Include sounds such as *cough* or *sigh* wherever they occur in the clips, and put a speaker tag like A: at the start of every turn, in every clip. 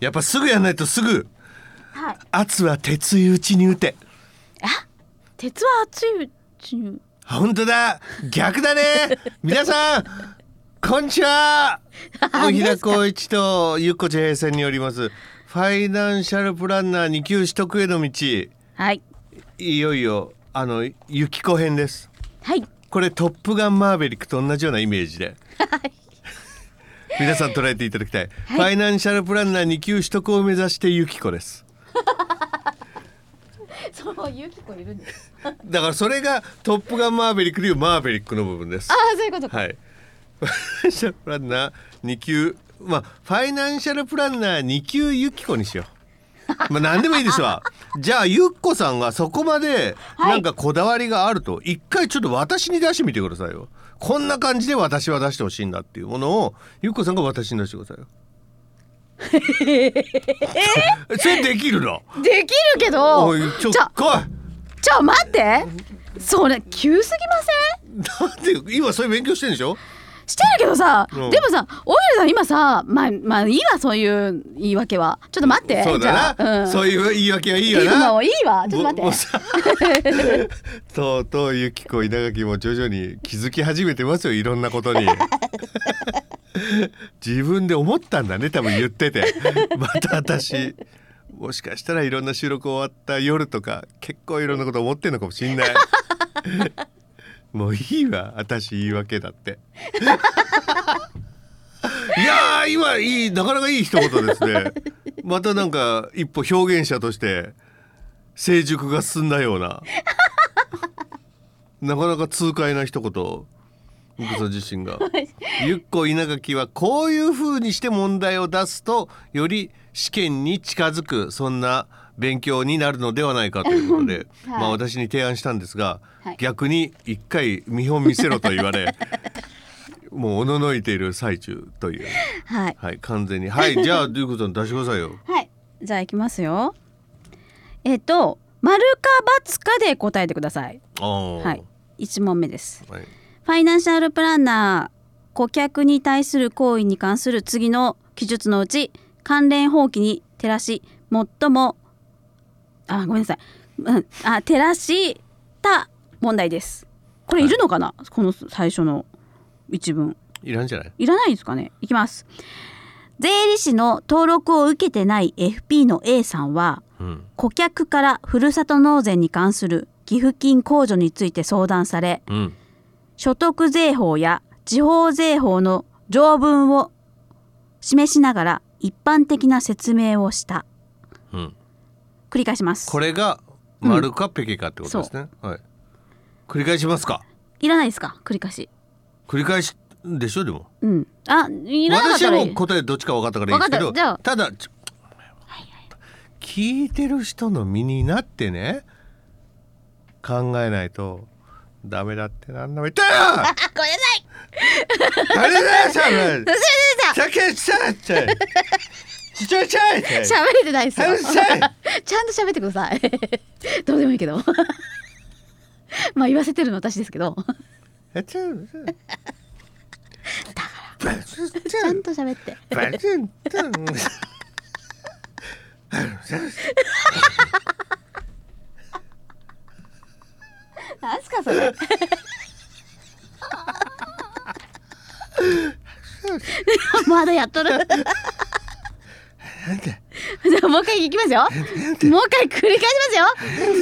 A: やっぱすぐやんないとすぐ
B: はい。
A: 圧は鉄いうちに打て
B: あ、鉄は熱いうちに。
A: 本当だ逆だね皆さんこんにちは小平光一とゆっこち平成によりますファイナンシャルプランナー2級取得への道
B: はい。
A: いよいよあのゆきこ編です
B: はい。
A: これ「トップガンマーヴェリック」と同じようなイメージで皆さん捉えていただきたい、ファイナンシャルプランナー2級取得を目指してゆきこです
B: そのゆきこいるんです。
A: だからそれが「トップガンマーヴェリック」というマーヴェリックの部分です
B: ああ、そういうことか。
A: はい。ファイナンシャルプランナー2級、まあ、ファイナンシャルプランナー2級ゆきこにしよう。まあ、何でもいいです
B: *laughs*
A: わ。じゃあ、ゆっこさんがそこまで、
B: はい
A: なんかこだわりがあると、一回ちょっと私に出してみてくださいよ。こんな感じで私は出してほしいんだっていうものを、ゆっこさんが私に出してください
B: *laughs*
A: よ。 *laughs* それできるの。
B: できるけど
A: おい、。ちょ、
B: じゃ、
A: 来い。
B: ちょ、待って。それ急すぎません。
A: なんで、今それ勉強してるんでしょ
B: してるけどさ、
A: うん
B: でもさ、オイルさん今さ、まあ、まあ、いいわ、そういう言い訳は。ちょっと待って。
A: そうだ
B: じゃあ
A: な、
B: うん、
A: そういう言い訳はいいよ
B: いい
A: な。
B: のいいわ、ちょっと
A: もう
B: 待って。
A: さ *laughs* とうとうゆきこ稲垣も徐々に気づき始めてますよいろんなことに *laughs* 自分で思ったんだね多分言ってて *laughs* また私もしかしたらいろんな収録終わった夜とか結構いろんなこと思ってんのかもしんないもういいわ私言い訳だって *laughs* いやー今いいなかなかいい一言ですねまたなんか一歩表現者として成熟が進んだようななかなか痛快な一言僕さん自身がゆっこ稲垣はこういう風にして問題を出すとより試験に近づくそんな勉強になるのではないかということで、
B: *laughs* はい
A: まあ私に提案したんですが、
B: はい
A: 逆に一回見本見せろと言わ
B: *laughs*
A: れもうおののいている最中という
B: はい。
A: はい完全にはいじゃあということに出してくださいよ
B: はい。じゃあ、いきますよ。えっ、と、丸か×かで答えてください。
A: あー
B: はい。一問目です。
A: はい
B: ファイナンシャルプランナー顧客に対する行為に関する次の記述のうち関連法規に照らし最もあごめんなさい、うん、あ照らした問題ですこれいるのかな、この最初の一文
A: いらんじゃない
B: いらないんですかねいきます税理士の登録を受けてない FP の A さんは
A: うん
B: 顧客からふるさと納税に関する寄付金控除について相談され
A: うん
B: 所得税法や地方税法の条文を示しながら一般的な説明をした
A: うん
B: 繰り返します
A: これが丸かペケかってことですね、はい繰り返しますか
B: いらないですか繰り返し
A: 繰り返しでしょでも
B: うんあいらなかっ
A: 私
B: た
A: は
B: ら
A: も
B: いうい
A: 答えどっちか分かったからいいですけど
B: 分かったじゃあ
A: ただちょ聞いてる人の身になってね考えないとダメだってなんだも言ったよ
B: あごめんなさい
A: ダメだよしゃべ
B: すいま
A: さけしゃちゃいちゃいちゃい
B: せん喋れてないですよ
A: うるさい
B: *laughs* ちゃんと喋ってくださいどうでもいい *laughs* けどまあ言わせてるの私ですけど
A: えちゃうだから
B: ちゃんと喋って
A: バチンタン。
B: *laughs* *laughs* 何すかそれまだやっとる
A: なんで
B: じゃあもう一回いきますよ。もう一回繰り返しま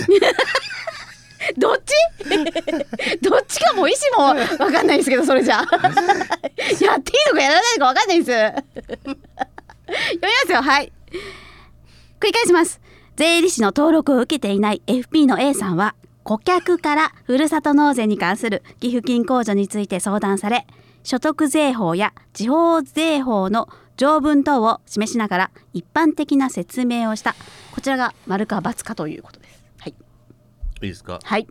B: すよ。どっちどっちかも意思もわかんないですけどそれじゃあやっていいのかやらないのかわかんないです読みますよはい繰り返します税理士の登録を受けていない FP の A さんは顧客からふるさと納税に関する寄付金控除について相談され所得税法や地方税法の条文等を示しながら一般的な説明をしたこちらが丸か×かということですはい
A: いいですか。
B: はい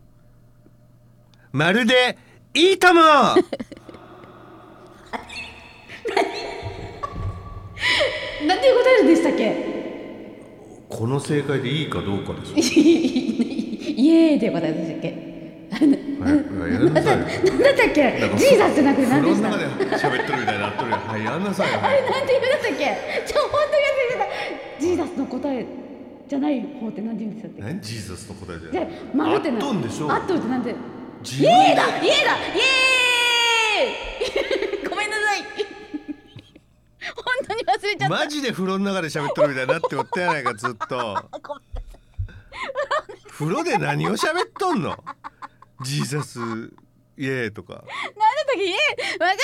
A: まるでいいと
B: *laughs*
A: も。
B: なんて答えるんでしたっけ
A: この正解でいいかどうか
B: *laughs*
A: でし
B: イエーイで答えたんでしたっけ
A: ょ。はい、やんなさいよ。
B: なんだったっけ
A: なんか
B: ジーザスじゃなくて
A: 風
B: 何で
A: 呂の
B: した
A: 中で喋っとるみたいになっとるよ。はい、やんなさいよ。はい
B: なんて言うんだったっけちょ本当に忘れてた
C: スの答えじゃない方って何て言うんでしたっけ
A: 何ジーザスの答えじゃない
C: で、丸ってな
A: あっとんでしょ
C: あっとんってなんで
A: 自分で
C: 家だ家だ
B: *laughs*
C: イエーイごめんなさい
B: 本当に忘れちゃった
A: マジで風呂の中で喋ってるみたいになっておったやないかずっ
B: *laughs*
A: と風呂で何を喋っとんのジーザスイエーとか、
B: 時えわか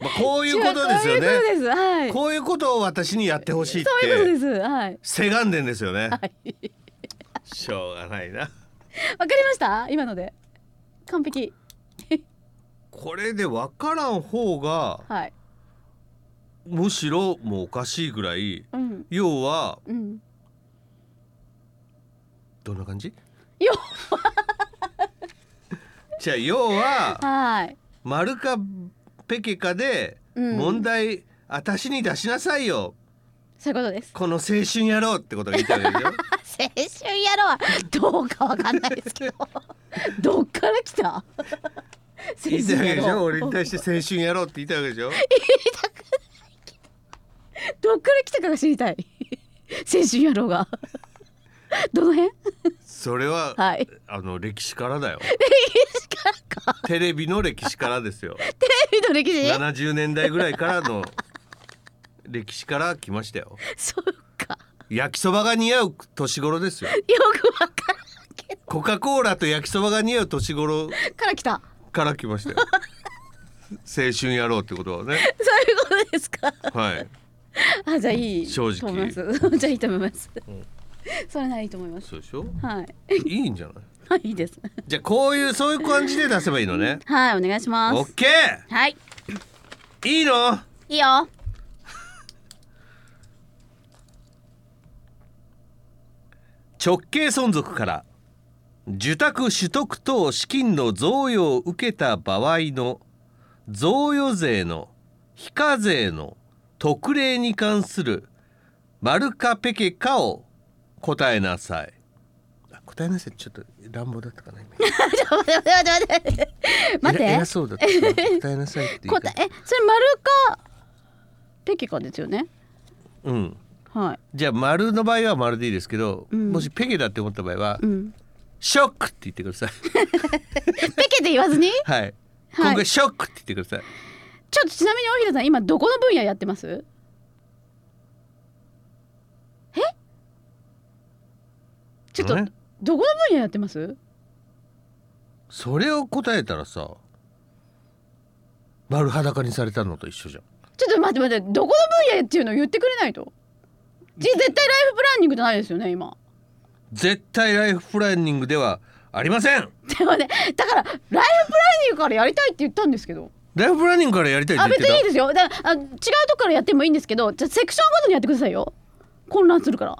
A: まあ、こういうことですよね
B: そういうことですはい
A: こういうことを私にやってほしいっ
B: そういうこと
A: て
B: ですはい
A: せがんでんですよね、しょうがないな
B: わかりました今ので完璧
A: これで分からん方が
B: はい
A: むしろもうおかしいぐらい
B: うん
A: 要は
B: うん
A: どんな感じ
B: 要
A: じゃあ要は
B: はい
A: 丸かペケかで
B: うん
A: 問題、私に出しなさいよ
B: そういうことです
A: この青春野郎ってことが言いたいわけでし
B: *laughs*
A: ょ
B: 青春やろはどうかわかんないですけど
A: *laughs*
B: どっから来た青
A: 言いたいわけでし
B: や
A: ょ
B: ろ
A: 俺に対して青春野郎って言いたいわけでしょ
B: どっから来たかが知りたい青春やろうがどの辺
A: それは、
B: はい
A: あの歴史からだよ
B: しかか
A: テレビの歴史からですよ
B: テレビの歴史
A: 70年代ぐらいからの歴史から来ましたよ
B: そうか
A: 焼きそばが似合う年頃ですよ
B: よくわからんけど
A: コカ・コーラと焼きそばが似合う年頃
B: から来た
A: から来ま
B: *laughs*
A: したよ青春野郎ってことはね
B: そういうことですか
A: はい
B: あじゃあいい
A: 正直
B: と思いますじゃあいいと思います、それならいいと思います
A: そうでしょ
B: はい
A: いいんじゃない
B: はいいいです
A: じゃあこういうそういう感じで出せばいいのね
B: はいお願いしま
A: オ
B: す
A: ッケー
B: はい
A: いいの
B: いいよ
A: 直系存続から受託取得等資金の贈与を受けた場合の贈与税の非課税の特例に関する丸かペケかを答えなさいあ答えなさいちょっと乱暴だったかな今
B: ちょ待って待って待って *laughs* 待って
A: 偉偉
B: 待って
A: そうだ
B: *laughs*
A: ったから答えなさいって言い
B: 答
A: 方
B: ええそれ丸かペケかですよね
A: うん
B: は
A: じゃあ丸の場合は丸でいいですけど、
B: ん
A: もしペケだって思った場合は、
B: いうん
A: ショックって言ってくだ
B: *laughs*
A: さい
B: ペケで言わずに
A: はい今回ショックって言ってください
B: ちょっとちなみに大平さん今どこの分野やってますえちょっと
A: え
B: どこの分野やってます
A: それを答えたらさ丸裸にされたのと一緒じゃん
B: ちょっと待って待ってどこの分野っていうのを言ってくれないとじ絶対ライフプランニングじゃないですよね今
A: 絶対ライフプランニングではありません
B: でもねだからライフプランニングからやりたいって言ったんですけど
A: ライフプランニングからやりたいっ
B: あ
A: て言っ
B: 別
A: てた
B: にいいですよだからあ違うとこからやってもいいんですけどじゃあセクションごとにやってくださいよ混乱するから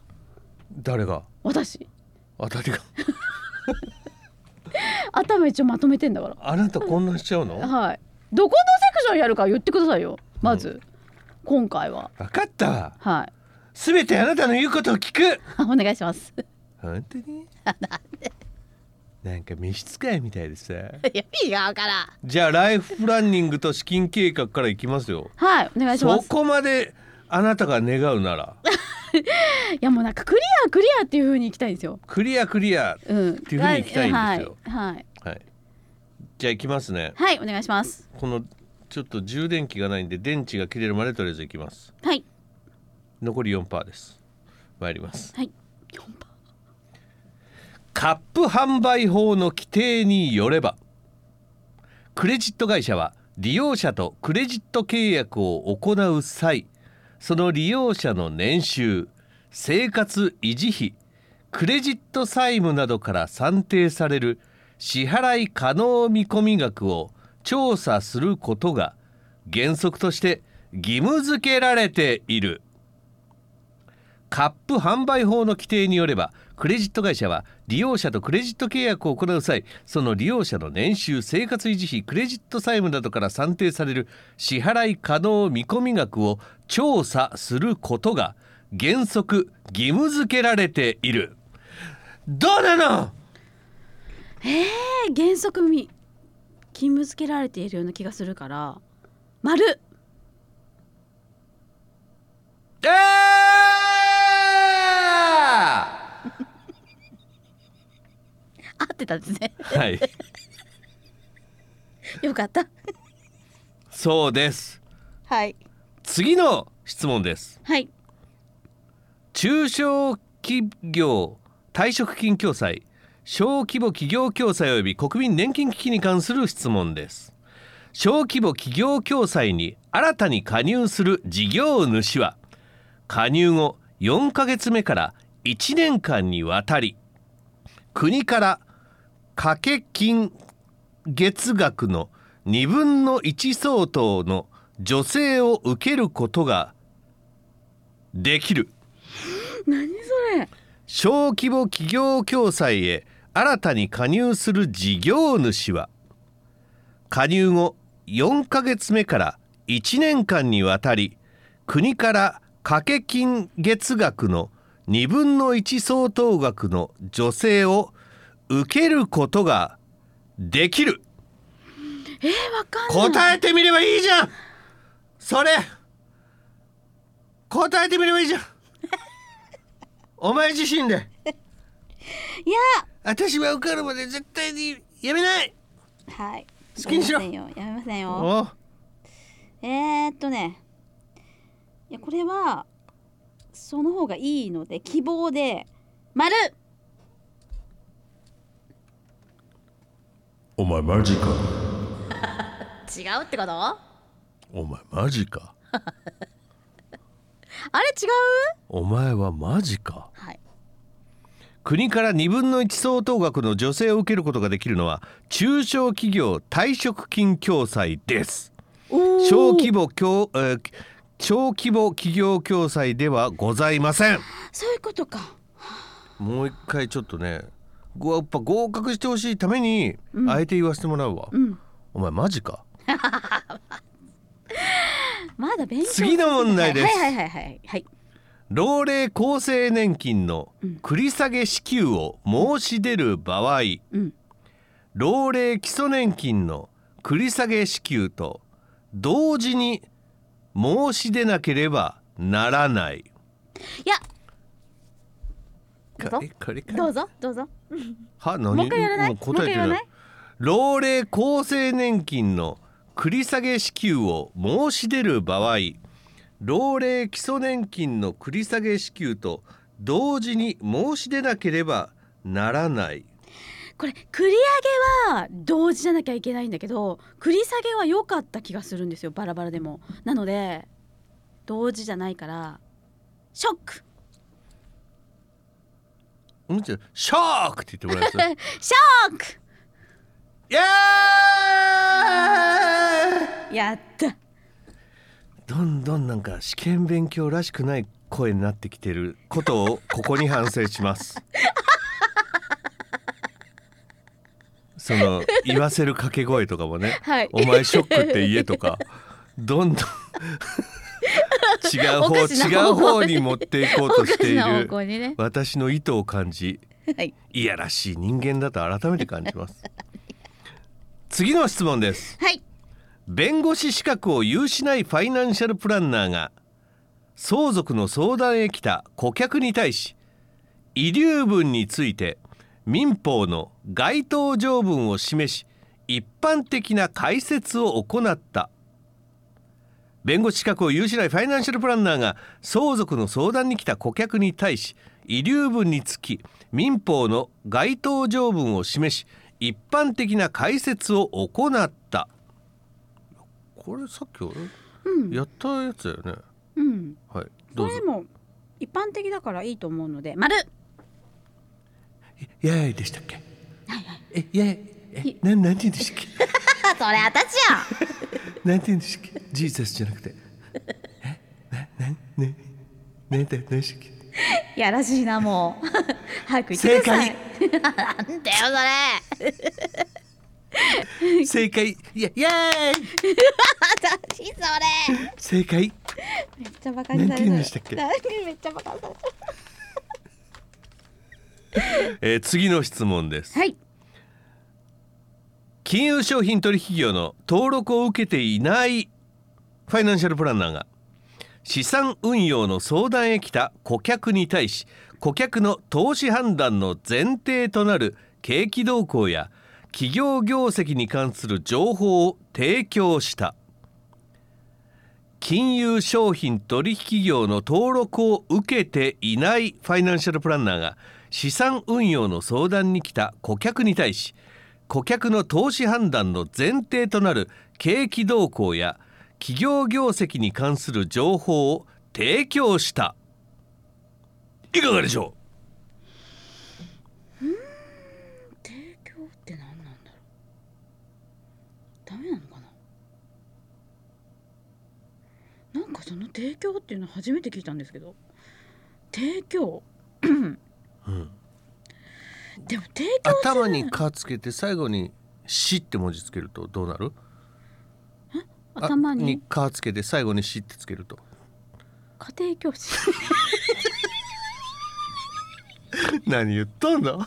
A: 誰が
B: 私
A: 当たりが
B: 頭一応まとめてんだから
A: あなた混乱しちゃうの分
B: はい。どこのセクションやるか言ってくださいよ。まず、今回は。
A: かったわ
B: はい。 *laughs*
A: すべてあなたの言うことを聞く
B: お願いします。
A: 本当
B: *laughs*
A: になんか召使いみたいでさ
B: いや、 *laughs* 意味がわからん。
A: じゃあライフプランニングと資金計画からいきますよ
B: はい、お願いしま
A: そ
B: す。
A: こまであなたが願うなら
B: いや、もうなんかクリアクリアっていう風に行きたいんですよ。
A: クリアクリア
B: うん。って
A: いう風に行きたいんですよ
B: はい。はい。
A: はいじゃあいきますね
B: はい、お願いします。
A: このちょっと充電器がないんで電池が切れるまでとりあえずいきます
B: はい。
A: 残り4%です参ります
B: はい。
A: カップ販売法の規定によればクレジット会社は利用者とクレジット契約を行う際その利用者の年収生活維持費クレジット債務などから算定される支払い可能見込み額を調査することが原則として義務付けられている。カップ販売法の規定によればクレジット会社は利用者とクレジット契約を行う際その利用者の年収生活維持費クレジット債務などから算定される支払い可能見込み額を調査することが原則義務付けられているどうなの
B: え、原則み。勤務付けられているような気がするから。丸。
A: えー
B: ってたんですね *laughs*
A: はい
B: よかった
A: そうです
B: はい
A: 次の質問です
B: はい
A: 中小企業退職金共済小規模企業共済及び国民年金基金に関する質問です小規模企業共済に新たに加入する事業主は加入後4ヶ月目から1年間にわたり国から掛け金月額の2分の1相当の助成を受けることができる
B: 何それ
A: 小規模企業共済へ新たに加入する事業主は加入後4ヶ月目から1年間にわたり国から掛け金月額の2分の1相当額の助成を受けることができる
B: えー、わかんない
A: 答えてみればいいじゃんそれ答えてみればいいじゃんお前自身で
B: いや
A: 私は受かるまで絶対にやめない
B: はい。
A: 好きにしろ
B: やめませんよ。やめませんよ。
A: お
B: えー、っとね。いや、これは。その方がいいので、希望で。丸。
A: お前マジか
B: 違うってこと。あ
A: お前マジか
B: れ、違う。
A: お前はマジか
B: はい。
A: 国から2分の1相当額の助成を受けることができるのは中小企業退職金共済です
B: おー
A: 小規模共、えー小規模企業共済ではございません
B: そういうことか。
A: もう一回ちょっとねごやっぱ合格してほしいためにあえて言わせてもらうわ、
B: うん。
A: お前マジか
B: まだ勉強。
A: 次の問題です
B: はいはいはいはいはい。
A: 老齢厚生年金の繰り下げ支給を申し出る場合、
B: うん。
A: 老齢基礎年金の繰り下げ支給と同時に申し出なければならない。
B: いや。ど
A: か
B: うぞ
A: えかりかり
B: どうぞ、どうぞ。
A: は何
B: もう一回やらない。
A: も
B: も
A: う答
B: う一
A: え
B: 回
A: て
B: や
A: な
B: ら
A: い
B: ない。
A: 老齢厚生年金の繰り下げ支給を申し出る場合老齢基礎年金の繰り下げ支給と同時に申し出なければならない
B: これ繰り上げは同時じゃなきゃいけないんだけど繰り下げは良かった気がするんですよバラバラでもなので同時じゃないからショック
A: うんちょショックって言ってもらいます
B: ショック
A: いや
B: やった
A: ーどんどんなんか試験勉強らしくない声になってきてることをここに反省しますその言わせる掛け声とかもね
B: はい
A: お前ショックって言えとかどんどん違う
B: お
A: 方
B: かしな
A: 違う方
B: 方向
A: に
B: に
A: 持っていこう
B: お
A: と
B: か
A: して
B: し
A: い
B: な方
A: る
B: 向にね
A: 私の意図を感じ
B: はい
A: いやらしい人間だと改めて感じます次の質問です
B: はい
A: 弁護士資格を有しないファイナンシャルプランナーが相続の相談へ来た顧客に対し遺留分について民法の該当条文を示し一般的な解説を行った弁護士資格を有しないファイナンシャルプランナーが相続の相談に来た顧客に対し遺留分につき民法の該当条文を示し一般的な解説を行ったこれさっき俺
B: うん
A: やったやつだよね、
B: うん
A: はいど
B: こ
A: うぞ
B: れも一般的だからいいと思うので丸
A: やいでしたっけえやいえななんて言うんでしたっけ
B: あそれ私や
A: なんて言うんでしたっけジーザスじゃなくてえななねねだ何でしたっけ
B: *laughs*
A: *laughs*
B: いやらしいなもう *laughs* 早く言って
A: 正
B: ください
A: 解
B: *laughs* なんだよそれ
A: 正解いややい
B: 私それ
A: 正解
B: めっちゃバカに
A: な
B: され
A: んて言うんでしたっけ
B: たなん *laughs* でめっちゃバカにされた
A: えー次の質問です
B: はい
A: 金融商品取引業の登録を受けていないファイナンシャルプランナーが資産運用の相談へ来た顧客に対し顧客の投資判断の前提となる景気動向や企業業績に関する情報を提供した金融商品取引業の登録を受けていないファイナンシャルプランナーが資産運用の相談に来た顧客に対し顧客の投資判断の前提となる景気動向や企業業績に関する情報を提供したいかがでしょ
B: 提供って何なんだろうダメなのかななんかその提供っていうの初めて聞いたんですけど提供
A: う、うん、
B: でも提供って
A: 頭に「か」つけて最後に「し」って文字つけるとどうなるあ
B: 頭に
A: 「か」つけて最後に「し」ってつけると
B: 家庭教師 *laughs*
A: 何言っとんの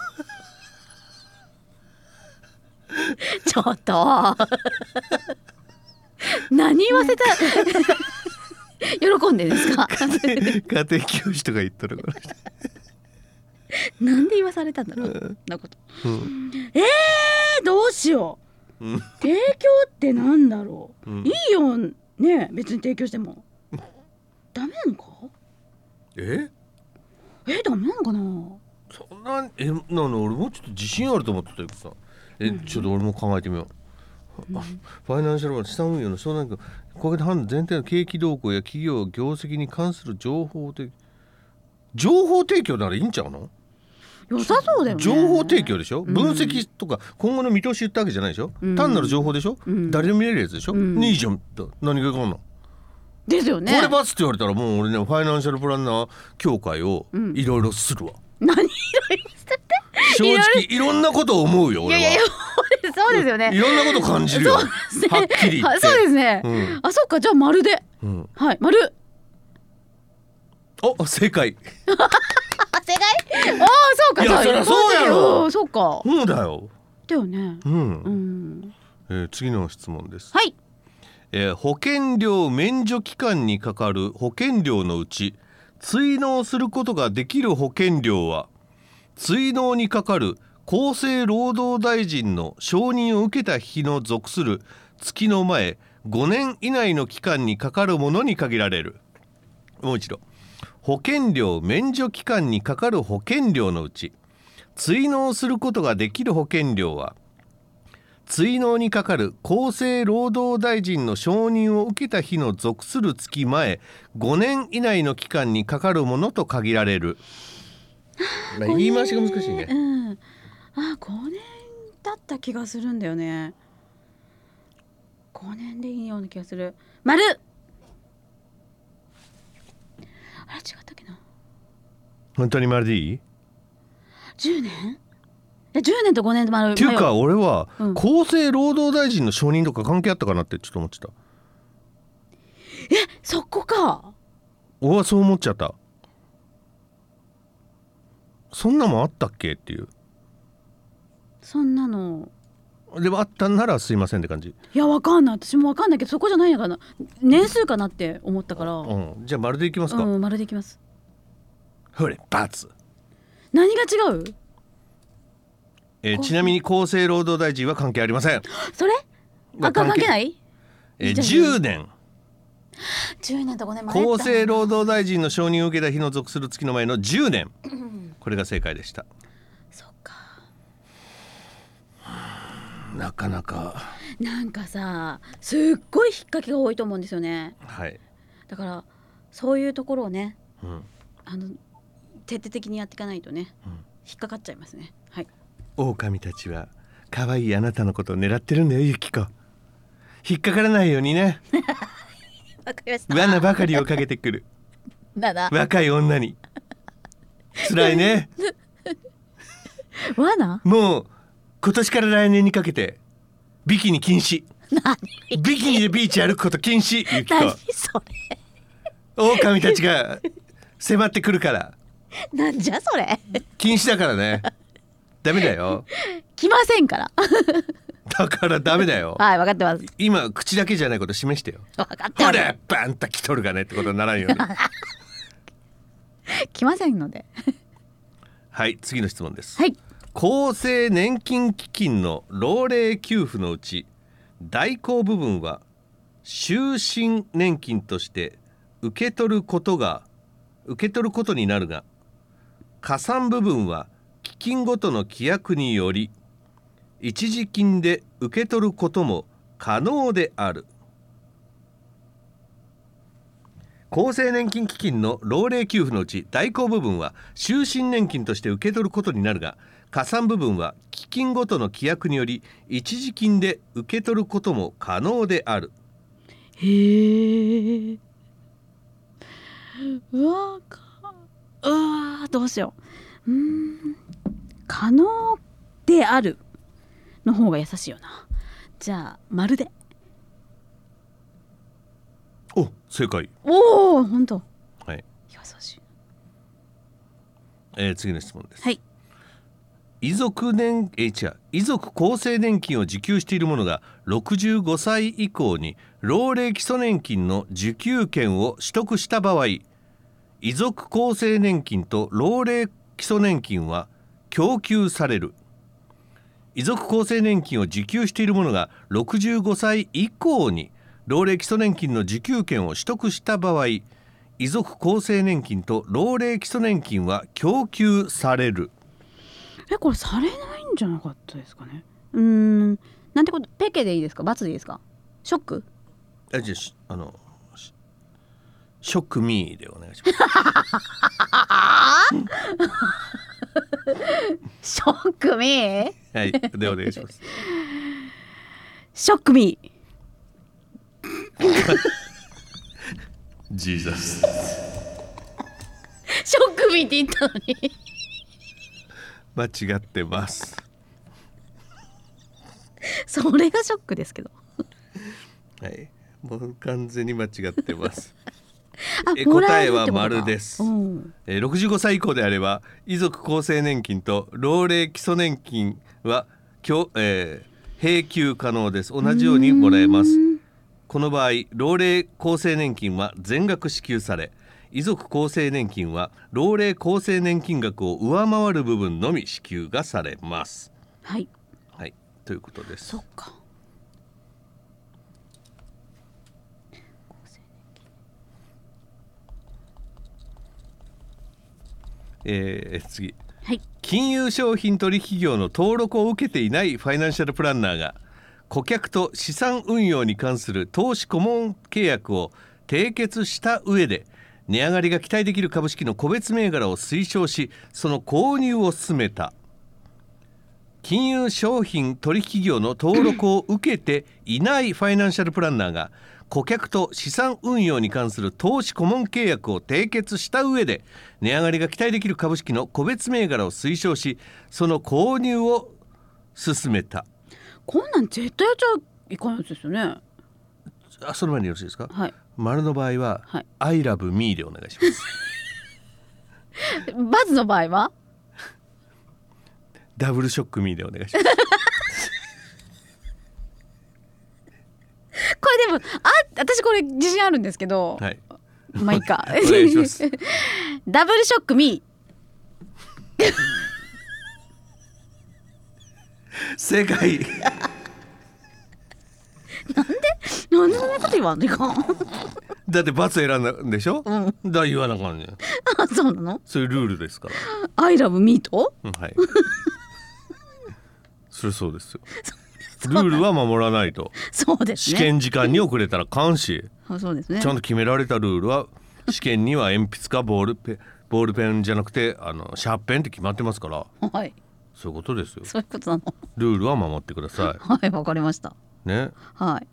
B: ちょっと何言わせた *laughs* 喜んでですか
A: 家庭教師とか言っとるから、
B: なんで言わされたんだろうなこと
A: うん
B: えー、どうしよ
A: うん
B: う提供ってなんだろう
A: うん
B: いいよね別に提供してもダメなのか
A: *laughs* え
B: えー、ダメなのかな
A: そんなえなの俺もうちょっと自信あると思ってたけどさえ、ちょっと俺も考えてみよう。あファイナンシャルは資産運用の相談額顧客の判断全体の景気動向や企業業績に関する情報提情報提供ならいいんちゃうの
B: 良さそうだよね
A: 情報提供でしょ
B: うん
A: 分析とか今後の見通し言ったわけじゃないでしょ、
B: うん
A: 単なる情報でしょ、
B: うん
A: 誰でも見れるやつでしょ、
B: うん
A: いいじゃんと何がいかんの、
B: ですよね
A: これバツって言われたらもう俺ねファイナンシャルプランナー協会を
B: うん
A: いろいろするわ、
B: 何い
A: 正直いろんなことを思うよ俺
B: や
A: はい
B: やいやそうですよ
A: い
B: ね
A: ろんなこと感じるよはっきり言っ
B: あ
A: て
B: そうですね、
A: うん
B: あそっかじゃあ丸で
A: うん、
B: はい丸
A: あ正解
B: あ正解ああそうか
A: いやそりゃそうやろ
B: うんそうか
A: そうだよ
B: だよね
A: うん、
B: うん
A: えー次の質問です
B: はい
A: えー保険料免除期間にかかる保険料のうち追納することができる保険料は追納にかかる厚生労働大臣の承認を受けた日の属する月の前5年以内の期間にかかるものに限られるもう一度保険料免除期間にかかる保険料のうち追納することができる保険料は追納にかかる厚生労働大臣の承認を受けた日の属する月前5年以内の期間にかかるものと限られる、まあ、言い回しが難しい
B: えー
A: ね
B: うんあ五年だった気がするんだよね五年でいいような気がする丸あれ違ったっけな
A: 本当にまるでいい
B: 十年え十年と五年と丸
A: っていうか俺は
B: うん
A: 厚生労働大臣の承認とか関係あったかなってちょっと思ってた
B: そこか
A: 俺はそう思っちゃったそんなもんあったっけっていう
B: そんなの
A: でもあったんならすいませんって感じ、
B: いやわかんない私もわかんないけどそこじゃないのかな年数かなって思ったから
A: う、
B: うん
A: じゃあまるでいきますか、
B: ん丸でいきます
A: ほれバツ
B: 何が違う
A: えーちなみに厚生労働大臣は関係ありません。。
B: それあ関係ないい
A: えー
B: じゃあ
A: 10年
B: 十年と五年前だ
A: 厚生労働大臣の承認を受けた日の属する月の前の10年。これが正解でした。
B: そっか
A: なかなか
B: なんかさすっごい引っかけが多いと思うんですよね
A: はい。
B: だからそういうところをね
A: うん。
B: あの徹底的にやっていかないとね、引っかかっちゃいますねはい
A: 狼たちは可愛いあなたのことを狙ってるんだよゆきこ。引っかからないように *laughs* ね。
B: わかりまし
A: 罠ばかりをかけてくる
B: だだ
A: 若い女に。辛いね。
B: 罠
A: もう今年から来年にかけてビキニ禁止。
B: 何
A: ビキニでビーチ歩くこと禁止ゆき
B: 何
A: こ。
B: それ
A: 狼たちが迫ってくるから
B: なんじゃそれ
A: 禁止だからねダメだよ
B: 来ませんから
A: だからダメだよ
B: はい分かってます
A: 今口だけじゃないこと示してよ
B: 分かって
A: ほ
B: ます
A: れバンタ来とるがねってことにならんように
B: 来ませんので
A: はい次の質問です、
B: はい
A: 厚生年金基金の老齢給付のうち代行部分は終身年金として受け取ることが受け取ることになるが加算部分は基金ごとの規約により一時金で受け取ることも可能である厚生年金基金の老齢給付のうち代行部分は終身年金として受け取ることになるが加算部分は基金ごとの規約により一時金で受け取ることも可能である
B: へえ。うわーか、うわーどうしよう。うーん、可能であるの方が優しいよな。じゃあまるで。
A: お正解、
B: おお、本当。
A: はい
B: 優しい。
A: えー次の質問です
B: はい。
A: 遺族年えー違う遺族厚生年金を受給している者が65歳以降に老齢基礎年金の受給権を取得した場合遺族厚生年金と老齢基礎年金は供給される遺族厚生年金を受給している者が65歳以降に老齢基礎年金の受給権を取得した場合遺族厚生年金と老齢基礎年金は供給される
B: え、これされないんじゃなかったですかね。うーん、なんてことペケでいいですか。バツでいいですか。ショック。
A: あじゃあしあのしショックミーでお願いします。
B: ショックミー。
A: はい、でお願いします。
B: ショックミー。
A: ジーザス。
B: ショックミーって言ったのに。
A: 間違ってます。
B: それがショックですけど。
A: はい、もう完全に間違ってます。
B: あ
A: え
B: もら
A: 答
B: えるって
A: えは
B: ことか
A: 丸です
B: うん
A: えー65歳以降であれば遺族厚生年金と老齢基礎年金はきょ、えー、併給可能です。同じようにもらえます。この場合老齢厚生年金は全額支給され遺族厚生年金は老齢厚生年金額を上回る部分のみ支給がされます。
B: はい、
A: はい、ということです
B: そっ。か。
A: えー次、
B: はい。
A: 金融商品取引業の登録を受けていないファイナンシャルプランナーが顧客と資産運用に関する投資顧問契約を締結した上で値上がりが期待できる株式の個別銘柄を推奨しその購入を進めた金融商品取引業の登録を受けていないファイナンシャルプランナーが顧客と資産運用に関する投資顧問契約を締結した上で値上がりが期待できる株式の個別銘柄を推奨しその購入を進めた
B: こんなん絶対やっちゃいかんやつですよね。
A: あその前によろしいですか
B: はい。
A: 丸の場合は「
B: はい
A: I love me」でお願いします
B: バズの場合は。
A: ダブルショック me でお願いします
B: これでも、あ、私これ自信あるんです
A: *laughs*
B: けど。
A: はい
B: まあいい
A: *laughs*
B: か。
A: お願いします。
B: ダブルショックミ
A: 正解
B: ー。なんでそんなこと言わんのいかん。
A: だって罰選んだんでしょ、うん、だ言わなあかんねん
B: *laughs* あ、そうなの。
A: そういうルールですから
B: アイラブミーと。
A: うんはい。 *laughs* そりゃそうですよ。ルールは守らないと。
B: そうです
A: 試
B: ね。
A: 験時間に遅れたら監視。
B: あ、そうですね
A: ち。ゃんと決められたルール
B: *laughs*
A: は試験には鉛筆かボールペンボールペンじゃなくてあのシャーペンって決まってますから。
B: はい。
A: そういうことですよ。
B: そういうことなの。
A: ルールは守ってくださ
B: はい、わかりました。
A: い。ね。
B: はい。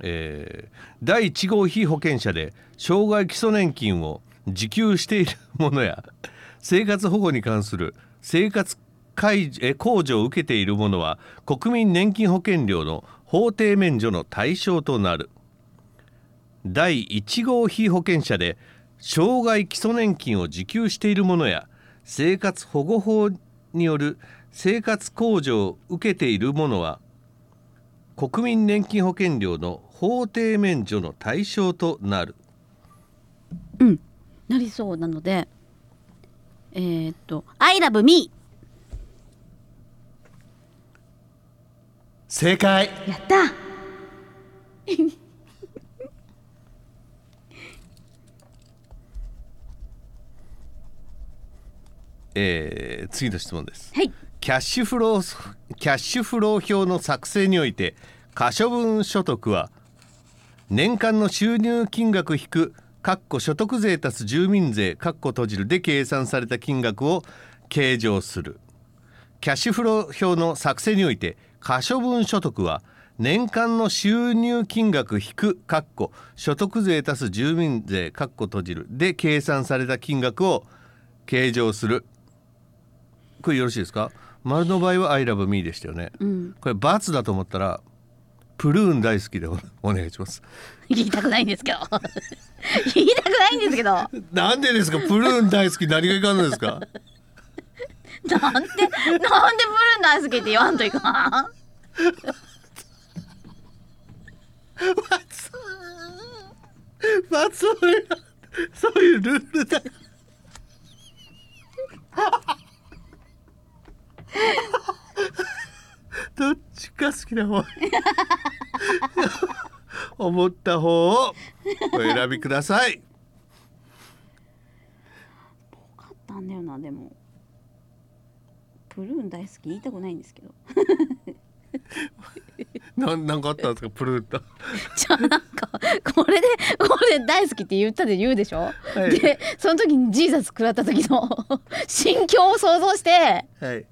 A: えー第1号被保険者で障害基礎年金を受給しているものや *laughs* 生活保護に関する生活解除えー控除を受けているものは国民年金保険料の法定免除の対象となる第1号被保険者で障害基礎年金を受給しているものや生活保護法による生活控除を受けているものは国民年金保険料の法定免除の対象となる
B: なりそうなので。えーっと、アイラブミー。
A: 正解
B: やった
A: えー、次の質問です
B: はい
A: キャッシュフローキャッシュフロー表の作成において可処分所得は年間の収入金額引く括弧所得税足す住民税括弧閉じるで計算された金額を計上するキャッシュフロー表の作成において可処分所得は年間の収入金額引く括弧所得税足す住民税括弧閉じるで計算された金額を計上するこれよろしいですか丸の場合は「ILOVEME」でしたよね、これ×だと思ったらプルーン大好きでおお願いします
B: 言いたくないんですけど *laughs* 言いたくないんですけどなんで
A: なんでですかプルーン大好き何がいかんのですか
B: なんでブルン大好きって言わんといかん
A: まあそういうそういうルールだどっちか好きな方思った方をお選びください
B: 買ったんだよなでもプルーン大好き言いたくないんですけど
A: なんなんかあったんですかプルーンと
B: じゃあなんかこれでこれ大好きって言ったで言うでしょ、
A: い
B: でその時にジーザス食らった時の *laughs* 心境を想像して
A: はい。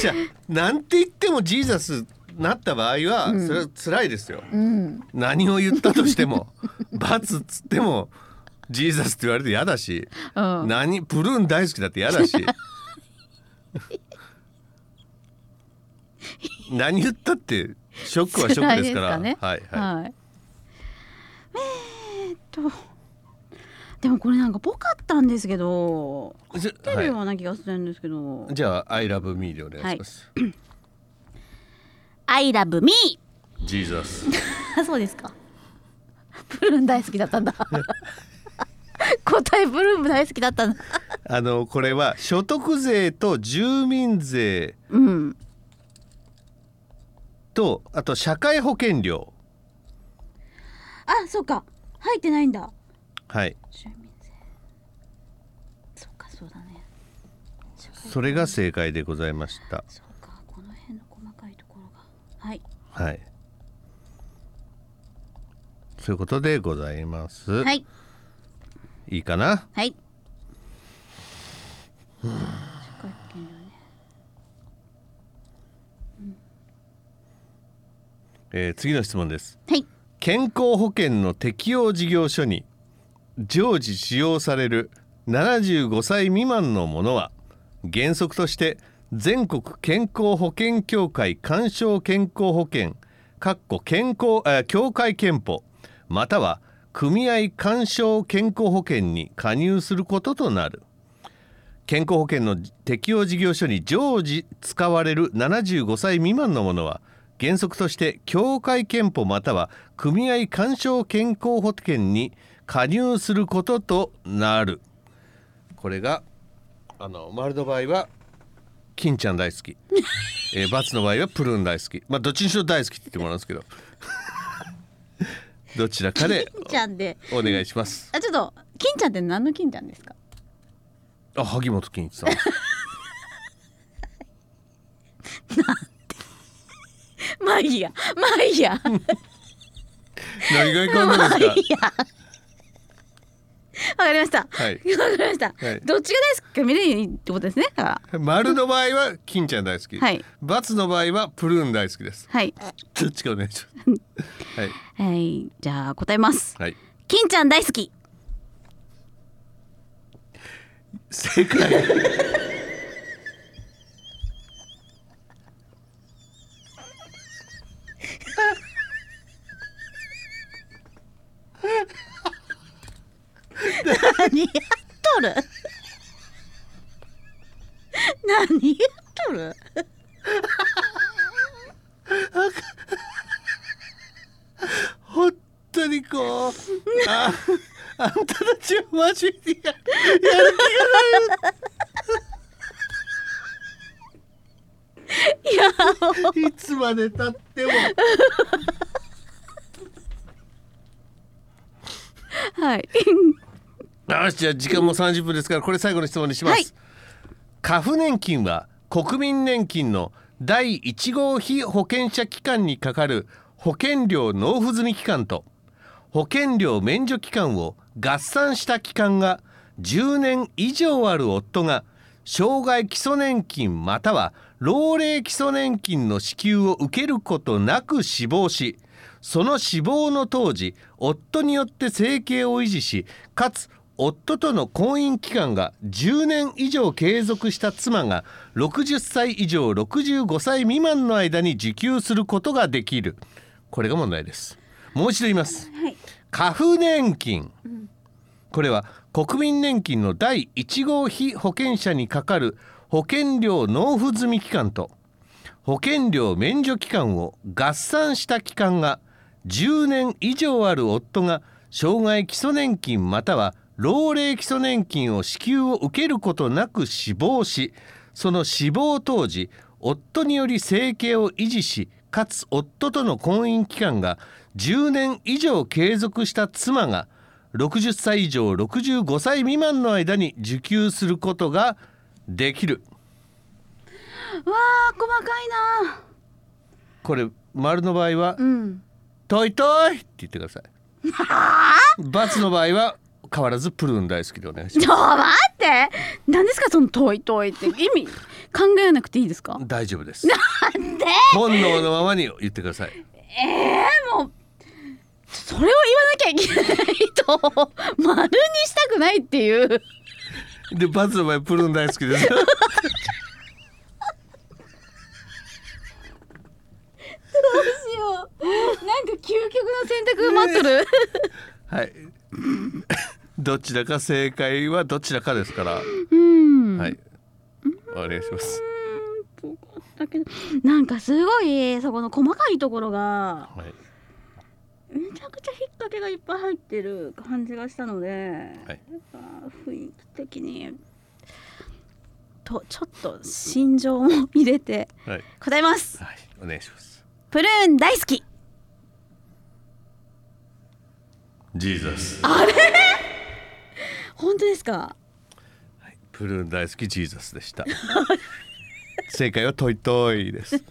A: じゃあなんて言ってもジーザスなった場合は、それは辛いですよ。
B: うん
A: 何を言ったとして
B: *laughs*
A: も罰っつってもジーザスって言われて嫌だし、
B: うん
A: 何プルーン大好きだって嫌
B: *laughs*
A: だし。何言ったってショックはショックですから。
B: 辛いですか
A: はい
B: ね
A: はい。
B: はいえーっとでもこれなんかぽかったんですけど合
A: じゃ
B: ってるような気がするんですけど
A: じゃあ I love me でお願いします。
B: 「I love me
A: ジーザス。」
B: あ *laughs* そうですかプルーン大好きだったんだ *laughs* 答えプルーン大好きだったんだ
A: あのこれは所得税と住民税
B: うん
A: とあと社会保険料。
B: あそうか入ってないんだ
A: はい。
B: 住民税そうかそうだね社会
A: それが正解でございました。
B: そうかこの辺の細かいところがはい
A: はい。そういうことでございます。、
B: はいい
A: いかな。
B: はい
A: えー次の質問です。
B: はい
A: 健康保険の適用事業所に常時使用される75歳未満のものは原則として全国健康保険協会鑑賞健康保険かっこ健康えー協会憲法または組合鑑賞健康保険に加入することとなる健康保険の適用事業所に常時使われる75歳未満のものは原則として協会憲法または組合鑑賞健康保険に加入することとなるこれがあの丸の場合は金ちゃん大好き、えー、バツの場合はプルーン大好きまあどっちにしろ大好きって言ってもらうんですけどどちらかで
B: 金ちゃんで
A: お願いします
B: あちょっと金ちゃんって何の金ちゃんですか
A: あ萩本欽一さん
B: まあいいやまあいい *laughs* や
A: 何がいかん
B: ま
A: の
B: あい
A: ですか
B: *laughs* いやわかりま *laughs* したわか
A: はい
B: りました、
A: はい
B: どっちが大好きか見れるってことですねだから
A: *laughs* 丸の場合は金ちゃん大好き、
B: はい
A: バツの場合はプルーン大好きです
B: はい
A: *laughs* どっちかお願いしますはい
B: はいじゃあ答えます
A: はい
B: 金ちゃん大
A: *laughs*
B: 好き
A: 正解
B: 何やっとる何やっとる
A: 本当にこうああんたたちはマジでやる
B: *laughs* いや
A: いつまでたっても
B: はい。
A: よしじゃあ時間も30分ですからこれ最後の質問にします、
B: はい
A: 過付年金は国民年金の第1号被保険者期間にかかる保険料納付済み期間と保険料免除期間を合算した期間が10年以上ある夫が障害基礎年金または老齢基礎年金の支給を受けることなく死亡しその死亡の当時夫によって生計を維持しかつ夫との婚姻期間が10年以上継続した妻が60歳以上65歳未満の間に受給することができるこれが問題ですもう一度言います
B: はい。
A: 過付年金、これは国民年金の第1号被保険者にかかる保険料納付済み期間と保険料免除期間を合算した期間が10年以上ある夫が障害基礎年金または老齢基礎年金を支給を受けることなく死亡しその死亡当時夫により生計を維持しかつ夫との婚姻期間が10年以上継続した妻が60歳以上65歳未満の間に受給することができる
B: わあ細かいな。
A: これ丸の場合は
B: うん。
A: 「トイトイ!」って言ってください。バツの場合は変わらずプルーン大好きでお願いしま
B: ちょ待って。何ですかその遠い遠いって意味考えなくていいですか
A: す。。大丈夫です。本能のままに言ってください。
B: それを言わなきゃいけないと丸にしたくないっていう。
A: でバツの場合プルーン大好き
B: *laughs*
A: です。
B: しよう。なんか究極の選択待ってる。
A: はい。どちらか正解はどちらかですから。
B: うん。
A: はい。お願いします。
B: だけど *laughs* なんかすごいそこの細かいところが
A: はい。
B: めちゃくちゃ引っ掛けがいっぱい入ってる感じがしたので、
A: はい
B: あー雰囲気的にとちょっと心情も入れて
A: はい。
B: 答えます
A: はい。お願いします。
B: プルーン大好き
A: ジーザス。
B: 本当ですか
A: プルーン大好きジーザスでした。 *laughs* 正解はトイトイです。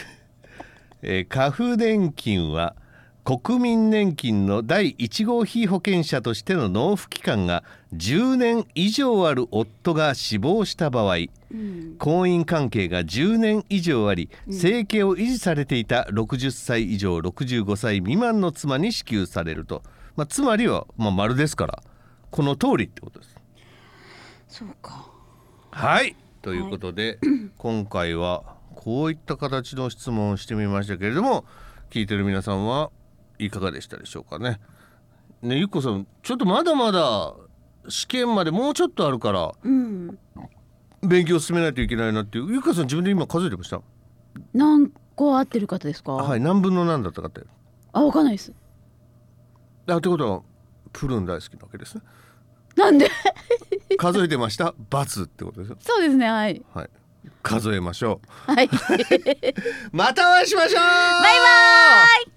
A: *laughs* えー、過付年金は国民年金の第1号被保険者としての納付期間が10年以上ある夫が死亡した場合婚姻関係が10年以上あり生計を維持されていた60歳以上65歳未満の妻に支給されると、まあ、つまりは、まあ、丸ですからこの通りってことです。
B: そうか
A: はいということで、 *clears throat* 今回はこういった形の質問をしてみましたけれども聞いてる皆さんはいかがでしたでしょうかね。ねゆっこさんちょっとまだまだ試験までもうちょっとあるから
B: うん
A: 勉強進めないといけないなっていうゆっこさん自分で今数えてました
B: 何個合ってる方ですか、
A: はい何分の何だったかって
B: あわかんないです
A: あってことはプルーン大好きなわけ
B: *laughs*
A: ですね
B: なんで *laughs*
A: 数えてました×ってことですよ
B: そうですねはい
A: はい数えましょ
B: *laughs*
A: *laughs*
B: はいバイバ
A: うまたお会いしましょうバイバ
B: ーイ